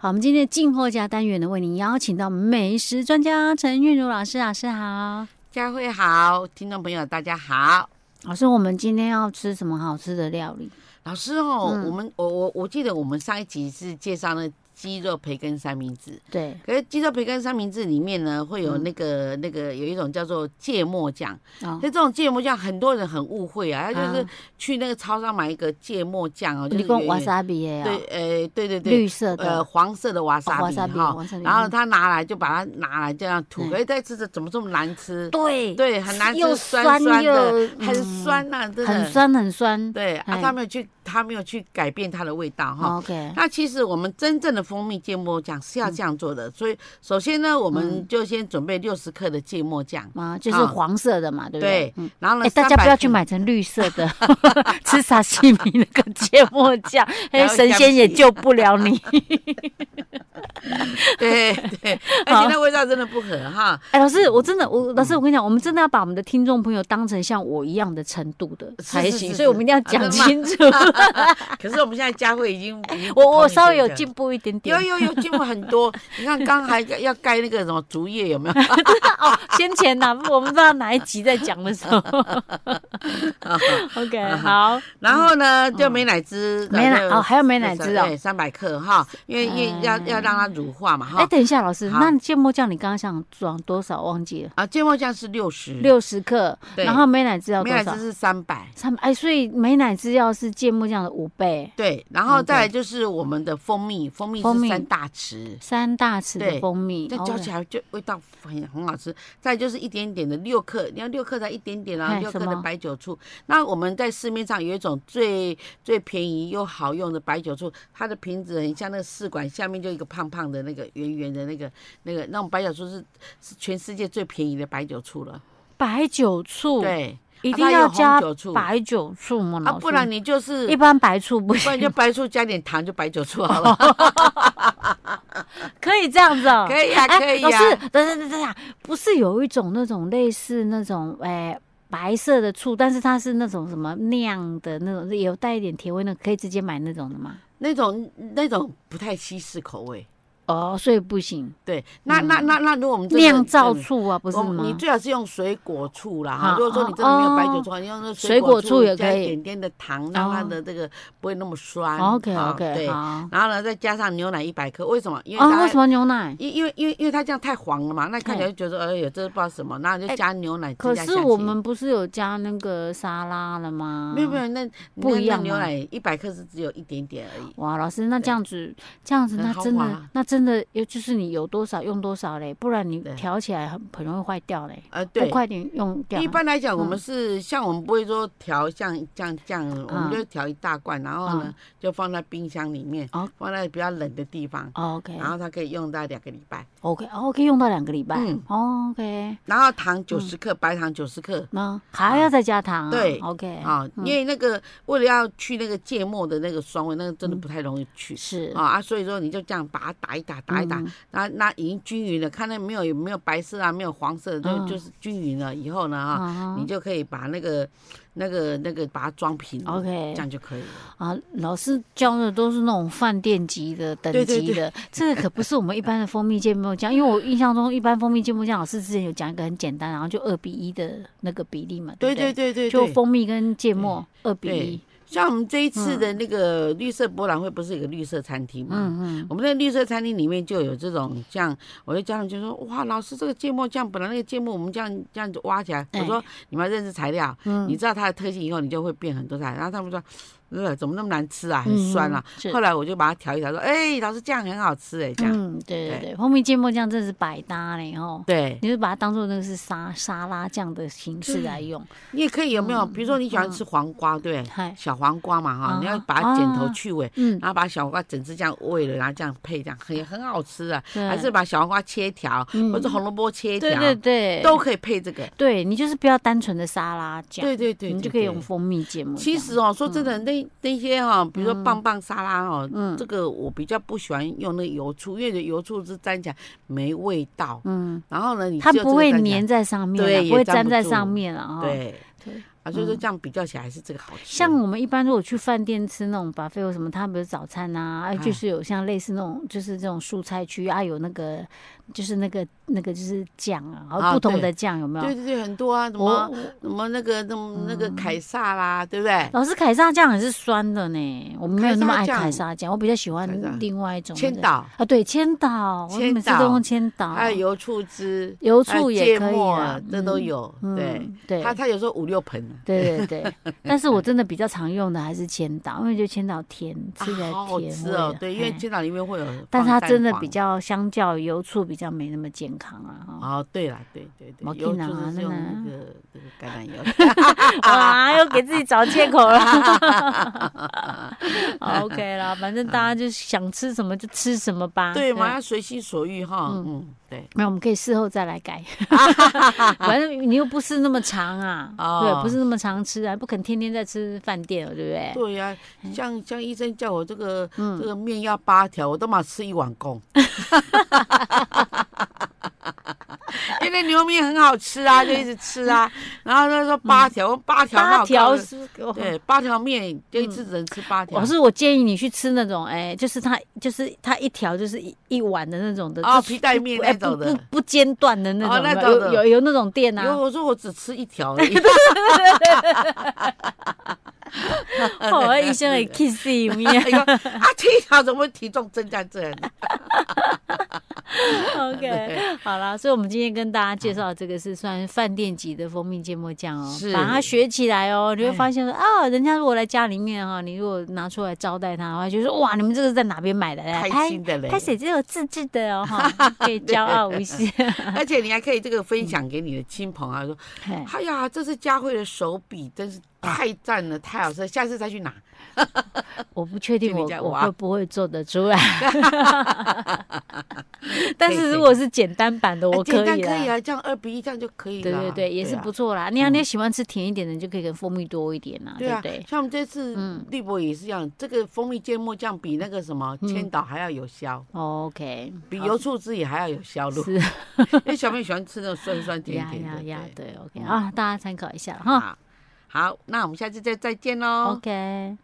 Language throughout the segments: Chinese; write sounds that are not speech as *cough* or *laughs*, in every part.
好，我们今天的静候家单元呢，为您邀请到美食专家陈韵如老师，老师好。佳慧好，听众朋友大家好。老师，我们今天要吃什么好吃的料理？老师哦，嗯我们我我我记得我们上一集是介绍了鸡肉培根三明治，对，可是鸡肉培根三明治里面呢，会有那个、嗯那个有一种叫做芥末酱，哦所，以这种芥末酱很多人很误会啊，他就是啊去那个超商买一个芥末酱哦，就是你讲有瓦萨比耶，哦对，呃，对对对，绿色的哦呃，黄色的瓦萨瓦比萨比，哈，瓦萨比，然后他拿来就把它拿来这样嗯吐，可是再吃着怎么这么难吃？对对，很难又吃，酸酸酸的，又嗯很酸呐、真的很酸很酸。对啊，哎哦他没有去，他没有去改变它的味道哈。 OK，那其实我们真正的蜂蜜芥末酱是嗯要这样做的，所以首先呢，我们就先准备六十克的芥末酱，啊，就是黄色的嘛，对不对对？嗯。然后哎呢，，大家不要300去买成绿色 *laughs* 的，吃沙西米那个芥末 *laughs* 酱，然哎，后神仙也救不了你。克，对 *laughs* 对，而且那味道真的不合哈。哎，老师，我真的，我老嗯师，我跟你讲，我们真的要把我们的听众朋友当成像我一样的程度的是才是行，是所以我们一定要啊真讲的吗清楚。可是我们现在佳慧已经，已经 *laughs* 我不同我以前稍微有的进。步一点点有，有有进步很多，你看刚还要盖那个什么竹叶有没有？ *laughs* 哦，先前哪、我们不知道哪一集在讲的时候。OK，好，啊然后呢，就美乃滋，美乃嗯哦还有美乃滋哦三百克哈，因为因为要哎要让它乳化嘛哎、哈。等一下，老师，好那芥末酱你刚刚想装多少？忘记了，啊，芥末酱是六十，六十克，嗯对然后美乃滋要美多乃少滋？是三百，三百哎，所以美乃滋要是芥末酱的五倍，对，然后再来就是我们的蜂蜜，蜂蜜哦蜂是蜜三大匙，三大匙的对蜂蜜，那哦嚼起来就味道很很好吃。再来就是一点点的六克，你要六克才一点点啊哎，六什克的么白酒醋。那我们在市面上有一种最最便宜又好用的白酒醋，它的瓶子很像那个试管下面就一个胖胖的那个圆圆的那个那个那种白酒醋是是全世界最便宜的白酒醋了。白酒醋，，对，哦一啊定它要有红加酒醋白酒醋吗？啊，老师不然你就是一般白醋不不然行，就白醋加点糖就白酒醋好了。哦可以这样子哦。 *laughs* 可以啊，哎可以老呀、师，等等等等等，不是有一种那种类似那种哎白色的醋，但是它是那种什么酿的那种，有带一点甜味的，可以直接买那种的吗？那种那种不太稀释口味。哦，所以不行，对，那、那那那，如果我们真嗯的酿造真的醋啊，不是我吗你？最好是用水果醋啦啊哦哈。如果说你真的没有白酒醋，你用那水果醋醋也加可以哦一点点的糖，让它的这个不会那么酸。 OK 啊 OK，对。好。然后呢，再加上牛奶一百克，为什么？因为啊，它为什么牛奶？因因为因为因为它这样太黄了嘛，那看起来就觉得哎呦，这是不知道什么，那就加牛奶哎可增加香是气。我们不是有加那个沙拉了吗？没有没。有，那不一样啊那吗牛奶一百克是只有一点点而已。哇，老师，那对这样子，这样子，很那豪真的华，那真的，也就是你有多少用多少嘞，不然你对调起来很很容易坏掉嘞。呃，对不，快点用掉。一般来讲，嗯我们是像我们不会说调像酱酱，我们就调一大罐，然后嗯呢就放在冰箱里面哦，哎放在比较冷的地方， OK 然后它可以用到两个礼拜。 OK 哦 OK 用到两个礼拜。嗯 OK，然后嗯糖九十克，白糖九十克那还要再加糖啊。对，OK 啊，嗯因为那个为了要去那个芥末的那个酸味，那个真的不太容易去。嗯是啊啊，所以说你就这样把它打一打，打一打嗯，那那已经均匀了，看到没有有没有白色啊，没有黄色，嗯就就是均匀了以后呢啊，啊你就可以把那个那个那个把它装平了 OK 这样就可以了。啊，老师教的都是那种饭店级的等对对级的，这个可不是我们一般的蜂蜜芥末酱，因为我印象中一般蜂蜜芥末酱老师之前有讲一个很简单，然后就二比一的那个比例嘛，对不对对对对，就对蜂蜜跟芥末二比一对，像我们这一次的那个绿色博览会，不是有个绿色餐厅吗？嗯嗯，我们那绿色餐厅里面就有这种酱，我就家长就说：“哇，老师，这个芥末酱本来那个芥末我们这样这样子挖起来，哎我说你们要认识材料，嗯你知道它的特性以后，你就会变很多菜。”然后他们说：“呃，怎么那么难吃啊，很酸啊。嗯是后来我就把它调一调，说：“哎、老师，酱很好吃哎、这样、嗯，对对对，蜂蜜芥末酱真的是百搭嘞哦。对，你就把它当做那个是沙沙拉酱的形式来用，你也可以有没有？比如说你喜欢吃黄瓜，对不对，嗨，小黄瓜嘛哈，啊你要把它剪头啊去尾，嗯，然后把小黄瓜整只这样喂了，然后这样配这样，很很好吃啊。对还是把小黄瓜切条，嗯或者红萝卜切条对，对对，都可以配这个。对你就是不要单纯的沙拉酱，对对对，你就对可以用。对蜂蜜芥末酱。其实哦，说真的，那那些哈，比如说棒棒沙拉哦嗯，这个我比较不喜欢用那个油醋，因为油醋是沾起来没味道。嗯，然后呢，你它只有不这个会沾起粘。来在上面啦，对不会也粘粘不在住上面了哈。对对，嗯啊，所以说这样比较起来还是这个好吃。像我们一般如果去饭店吃那种 buffet 或什么，他们的早餐啊，啊哎就是有像类似那种，就是这种蔬菜区啊，有那个就是那个那个就是酱啊，然啊后不同对的酱有没对有？对对，很多啊，什么我嗯什么那个那么那个凯撒啦，对不对？老师凯撒酱也是酸的呢，我没有那么爱凯撒酱凯撒酱，我比较喜凯撒欢另外一种那千个岛，啊，对，千岛，我千每次都岛用千岛，还有油醋汁、油还有醋啊也芥可以末啊，这都嗯。有。对，嗯，对，他他有时候五六盆啊，对对 *laughs* 对，但是我真的比较常用的还是千岛，因为就千岛甜，吃起来啊好好甜吃味哦的。对，因为嘿千岛里面会有放蛋黄，但是它真的比较相较于油醋比较没那么健康啊。 *laughs* 哈哦，对啦，对对对没，油劲啊啊醋是用真的那个那个橄榄 *laughs* 油。哇，啊又给自己找借口 *laughs* 了。好 OK 啦，反正大家就想吃什么就吃什么吧。 *laughs* 对嘛，要随心所欲哈。嗯，对，没有，我们可以事后再来 *laughs* 改。 *laughs* 反正你又不是那么常啊，哦对，不是那么常吃啊，不肯天天在吃饭店了，对不对？对啊呀、哎像像医生叫我这个、嗯这个面要八条，我都嘛吃一碗公。 *laughs* 因为牛肉面很好吃啊，就一直吃啊。然后他说八条，我说八条那八我条告诉是，你对，八条面就一次只能吃八条。老师，我建议你去吃那种，哎、就是它，就是它一条就是一一碗的那种的，哦就是皮带面不哎那种的不不不间断的那种哦那的，种的有有有那种店因为啊，我说我只吃一条而已。 *laughs* *laughs* 哦，医生很 kiss 一面哎呦啊，七条怎么会体重增加这 *laughs* 样？ ，OK，好啦，所以我们今天跟大家介绍这个是算饭店级的蜂蜜芥末酱哦，是把它学起来哦，你会哎发现说啊，人家如果来家里面哈、你如果拿出来招待他的话，就说哇，你们这个是在哪边买的？来开心的嘞拍。水只有自制的哦， *laughs* 哈，可以骄傲无限。 *laughs* 而且你还可以这个分享给你的亲朋啊，说嘿哎呀，这是佳慧的手笔，真是太赞了，太好吃了，下次再去拿。我不确定去我你家我挖会不会做得出 *laughs* 来， *laughs* 但是如果是简单版的，哎我可简单以可以啦。啊，这样二比一这样就可以了。对对对，也是啊不。错啦。你要你要喜欢吃甜一点的，你就可以跟蜂蜜多一点啦，对对啊不，对？嗯像我们这次绿博也是一样，这个蜂蜜芥末酱比那个什么千岛还要有效， OK，比油醋汁也还要有销路，是 *laughs* *laughs* 因为小朋友喜欢吃那种酸酸甜呀甜 *laughs* 呀的。呀，对，对 OK 嗯啊，大家参考一下哈。好，好，那我们下次再再见喽。 OK。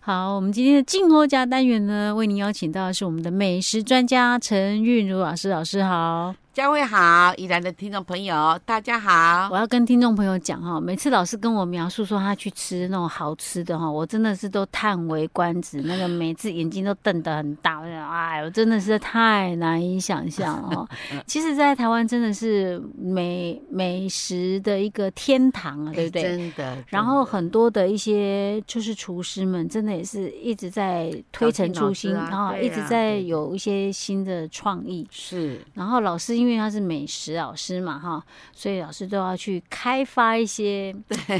好，我们今天的静候家单元呢，为您邀请到的是我们的美食专家陈韵如老师，老师好。佳慧好，宜兰的听众朋友大家好。我要跟听众朋友讲哈，每次老师跟我描述说他去吃那种好吃的哈，我真的是都叹为观止，那个每次眼睛都瞪得很大，我想哎呦，真的是太难以想象了 *laughs* 哈。其实，在台湾真的是美美食的一个天堂啊，对不对？哎真的。然真后的很多的一些就是厨师们，真的也是一直在推陈出新，绞尽脑汁啊然后对啊一直在对对有一些新的创意。是然后老师因为他是美食老师嘛，哈，所以老师都要去开发一些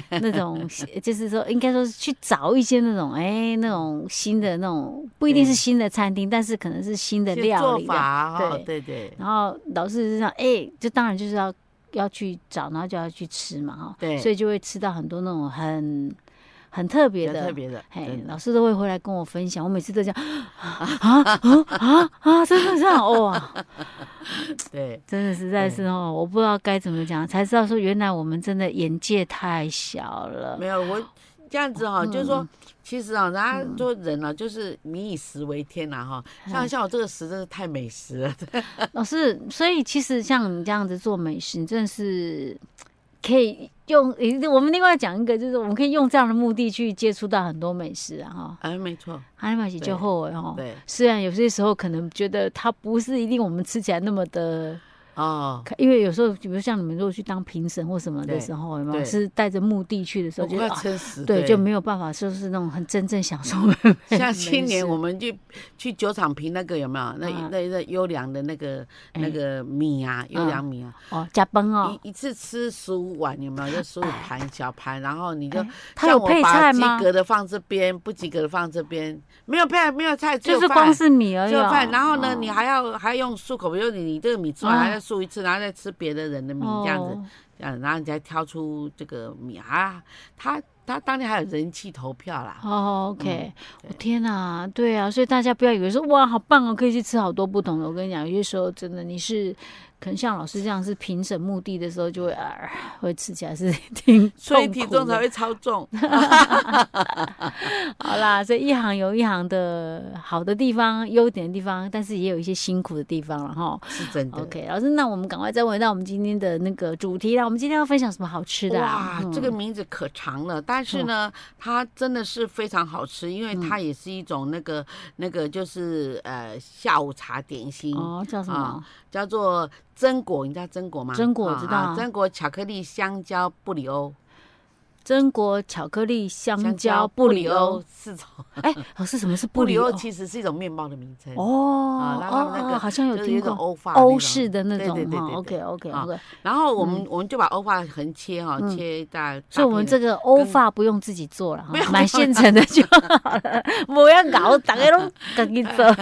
那种，就是说应该说是去找一些那种哎那种新的那种，不一定是新的餐厅，但是可能是新的是料做理啊。法哈，对对对然后老师是这样，哎，就当然就是要要去找，然后就要去吃嘛，哈，对所以就会吃到很多那种很很特别比较的特。别的，嘿真，的老师都会回来跟我分享，我每次都讲啊啊啊啊，真的这样哇！对。真的实在是哦，我不知道该怎么讲，才知道说原来我们真的眼界太小了。没有我这样子哈、就是嗯说，其实啊，人家做人啊，就是民以食为天呐、哈。像像我这个食真是太美食了， *laughs* *laughs* 老师，所以其实像你这样子做美食，你真的是可以用。诶我们另外讲一个，就是我们可以用这样的目的去接触到很多美食啊，哈，哎，没错，阿尼玛喜就后悔哈。对虽然有些时候可能觉得它不是一定我们吃起来那么的，哦。因为有时候比如像你们如果去当评审或什么的时候，有没有对是带着目的去的时我候，觉快得、啊、撑死，对就没有办法，就是那种很真正享受 *laughs* 的像美今食年我们去去酒厂评那个有没有？那啊那那优良的那个哎那个米啊，优良米啊，哦，加班哦，啊一一次吃十五碗有没有？就十五盘小盘，然后你就哎它像有我配把菜及吗？格的放这边，不及格的放这边，没有配没有菜，只就有是饭光是米而已就哦、饭，然后呢，哦你还要还用漱口，比如你你这个米吃完，哦还要漱一次，然后再吃别的人的米这样子，哦这样，然后你再挑出这个米啊，他他当年还有人气投票啦，哦，OK，我、嗯天哪、啊对啊，所以大家不要以为说哇好棒哦，可以去吃好多不同的。我跟你讲，有些时候真的你是可能像老师这样是评审目的的时候，就会 *laughs* 啊、会吃起来 *laughs* 是挺所痛以苦体重的才会超重。好啦，所以一行有一行的好的地方、优点的地方，但是也有一些辛苦的地方了哈。是真的。 OK，老师，那我们赶快再回到我们今天的那个主题啦。我们今天要分享什么好吃的、啊？嗯哇，这个名字可长了，但是呢，它真的是非常好吃，因为它也是一种那个那个就是呃下午茶点心，哦叫什么？啊叫做榛果，你知道榛果吗？榛果我啊知道啊榛果巧克力香蕉布里欧，榛果巧克力香蕉布里欧。四种， *laughs* *laughs* 哎，老师，什么是布布里里欧欧？其实是一种面包的名称。哦啊那他们那哦个哦，好像有就是有听一种过欧法的那欧种式的那对种对对哈。对 OK 对 OK 啊 OK，然后我们我们就把欧法横切哈，切大，嗯所以我们这个个欧发不用自己做了哈不用，买现成的就好了，不要搞，大家都自己 *laughs* 做。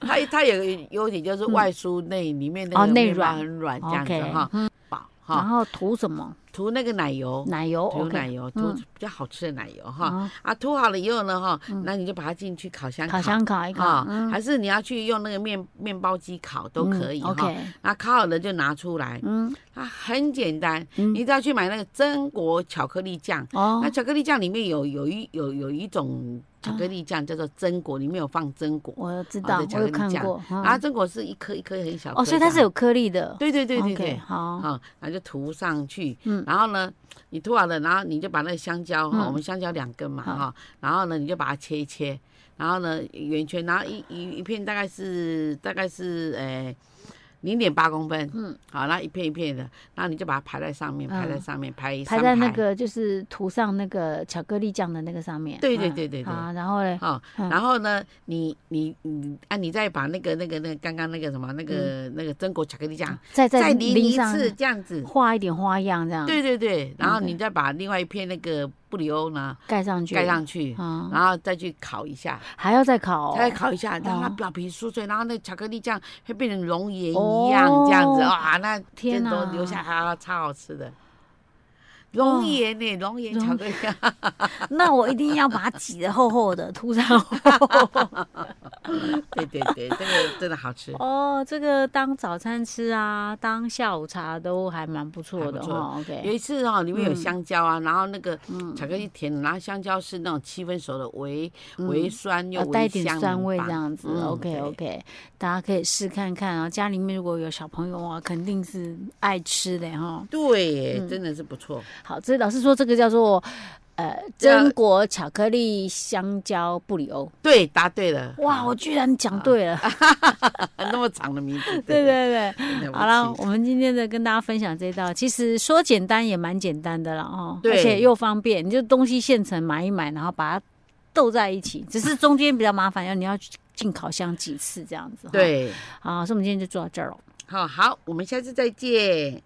它它有个优点就是外酥内里面嗯那哦个内面包软很软这样子 OK，嗯哈，饱然哈，后涂什么？涂那个奶油，奶油涂奶哦，OK，嗯油，涂比较好吃的奶油哈啊啊，涂好了以后呢哈，那你就把它进去烤嗯箱烤箱烤一烤嗯啊，，还是你要去用那个面面包机烤都可以哈。嗯 OK，那烤好了就拿出来，嗯，啊，很简单，嗯你只要去买那个榛果巧克力酱。那哦，巧克力酱里面有有一有有一种巧啊克力酱叫做榛果，里面有放榛果，我知道，啊对巧我克有力看酱过，啊，啊，榛果是一颗一颗很小颗哦，所以它这是样有颗粒的，对对对对 OK，对，好，啊，然后就涂上去，嗯然后呢，你涂好了，然后你就把那个香蕉哈，嗯我们香蕉两根嘛好哈，然后呢你就把它切一切，然后呢圆圈，然后一一一片大概是大概是诶。零点八公分，嗯，好，那一片一片的，然后你就把它排在上面，排在嗯上面，排排三在那个就是涂上那个巧克力酱的那个上面，对对嗯对对对啊，然后嘞，好，嗯然后呢，你你你啊，你再把那个那个那个刚刚那个什么那个那个榛果巧克力酱再嗯再再淋淋一上，次，这样子。画一点花样这样，对对对，然后 OK 你再把另外一片那个布里欧呢盖上嗯去，盖上去，啊，然后再去烤一下，还要再烤哦，再烤一下，让它哦表皮酥脆，然后那巧克力酱会变成熔岩一样这样子，哦哇，那天真都哪哦留下啊，超好吃的。熔岩呢，熔岩巧克力 *laughs* 酱， *laughs* 那我一定要把它挤得厚厚 *laughs* 的，涂上厚厚的对对对，这个真的好吃。 *laughs* 哦，这个当早餐吃啊，当下午茶都还蛮不错的还不错哦。有 OK，一次哈、里面有香蕉嗯啊，然后那个巧克力甜的，然后香蕉是那种七分熟的，微微酸又要嗯呃带微一点香，酸味很这棒样子。嗯 OK 对 OK，大家可以试看看啊。家里面如果有小朋友啊，肯定是爱吃的哈、哦。对耶，真的是不错。好，这老师说这个叫做呃叫榛果巧克力香蕉布里欧。对，答对了，哇，我居然讲对 *laughs* 了。那么长的名 *laughs* 字，对啊对对对。对，好了了，不起，我们今天的跟大家分享这一道，其实说简单也蛮简单的了哦，对而且又方便，你就东西现成买一买，然后把它斗在一起，只是中间比较麻烦，要你要进烤箱几次这样子。，对，好，所以我们今天就做到这儿了。好好，我们下次再见。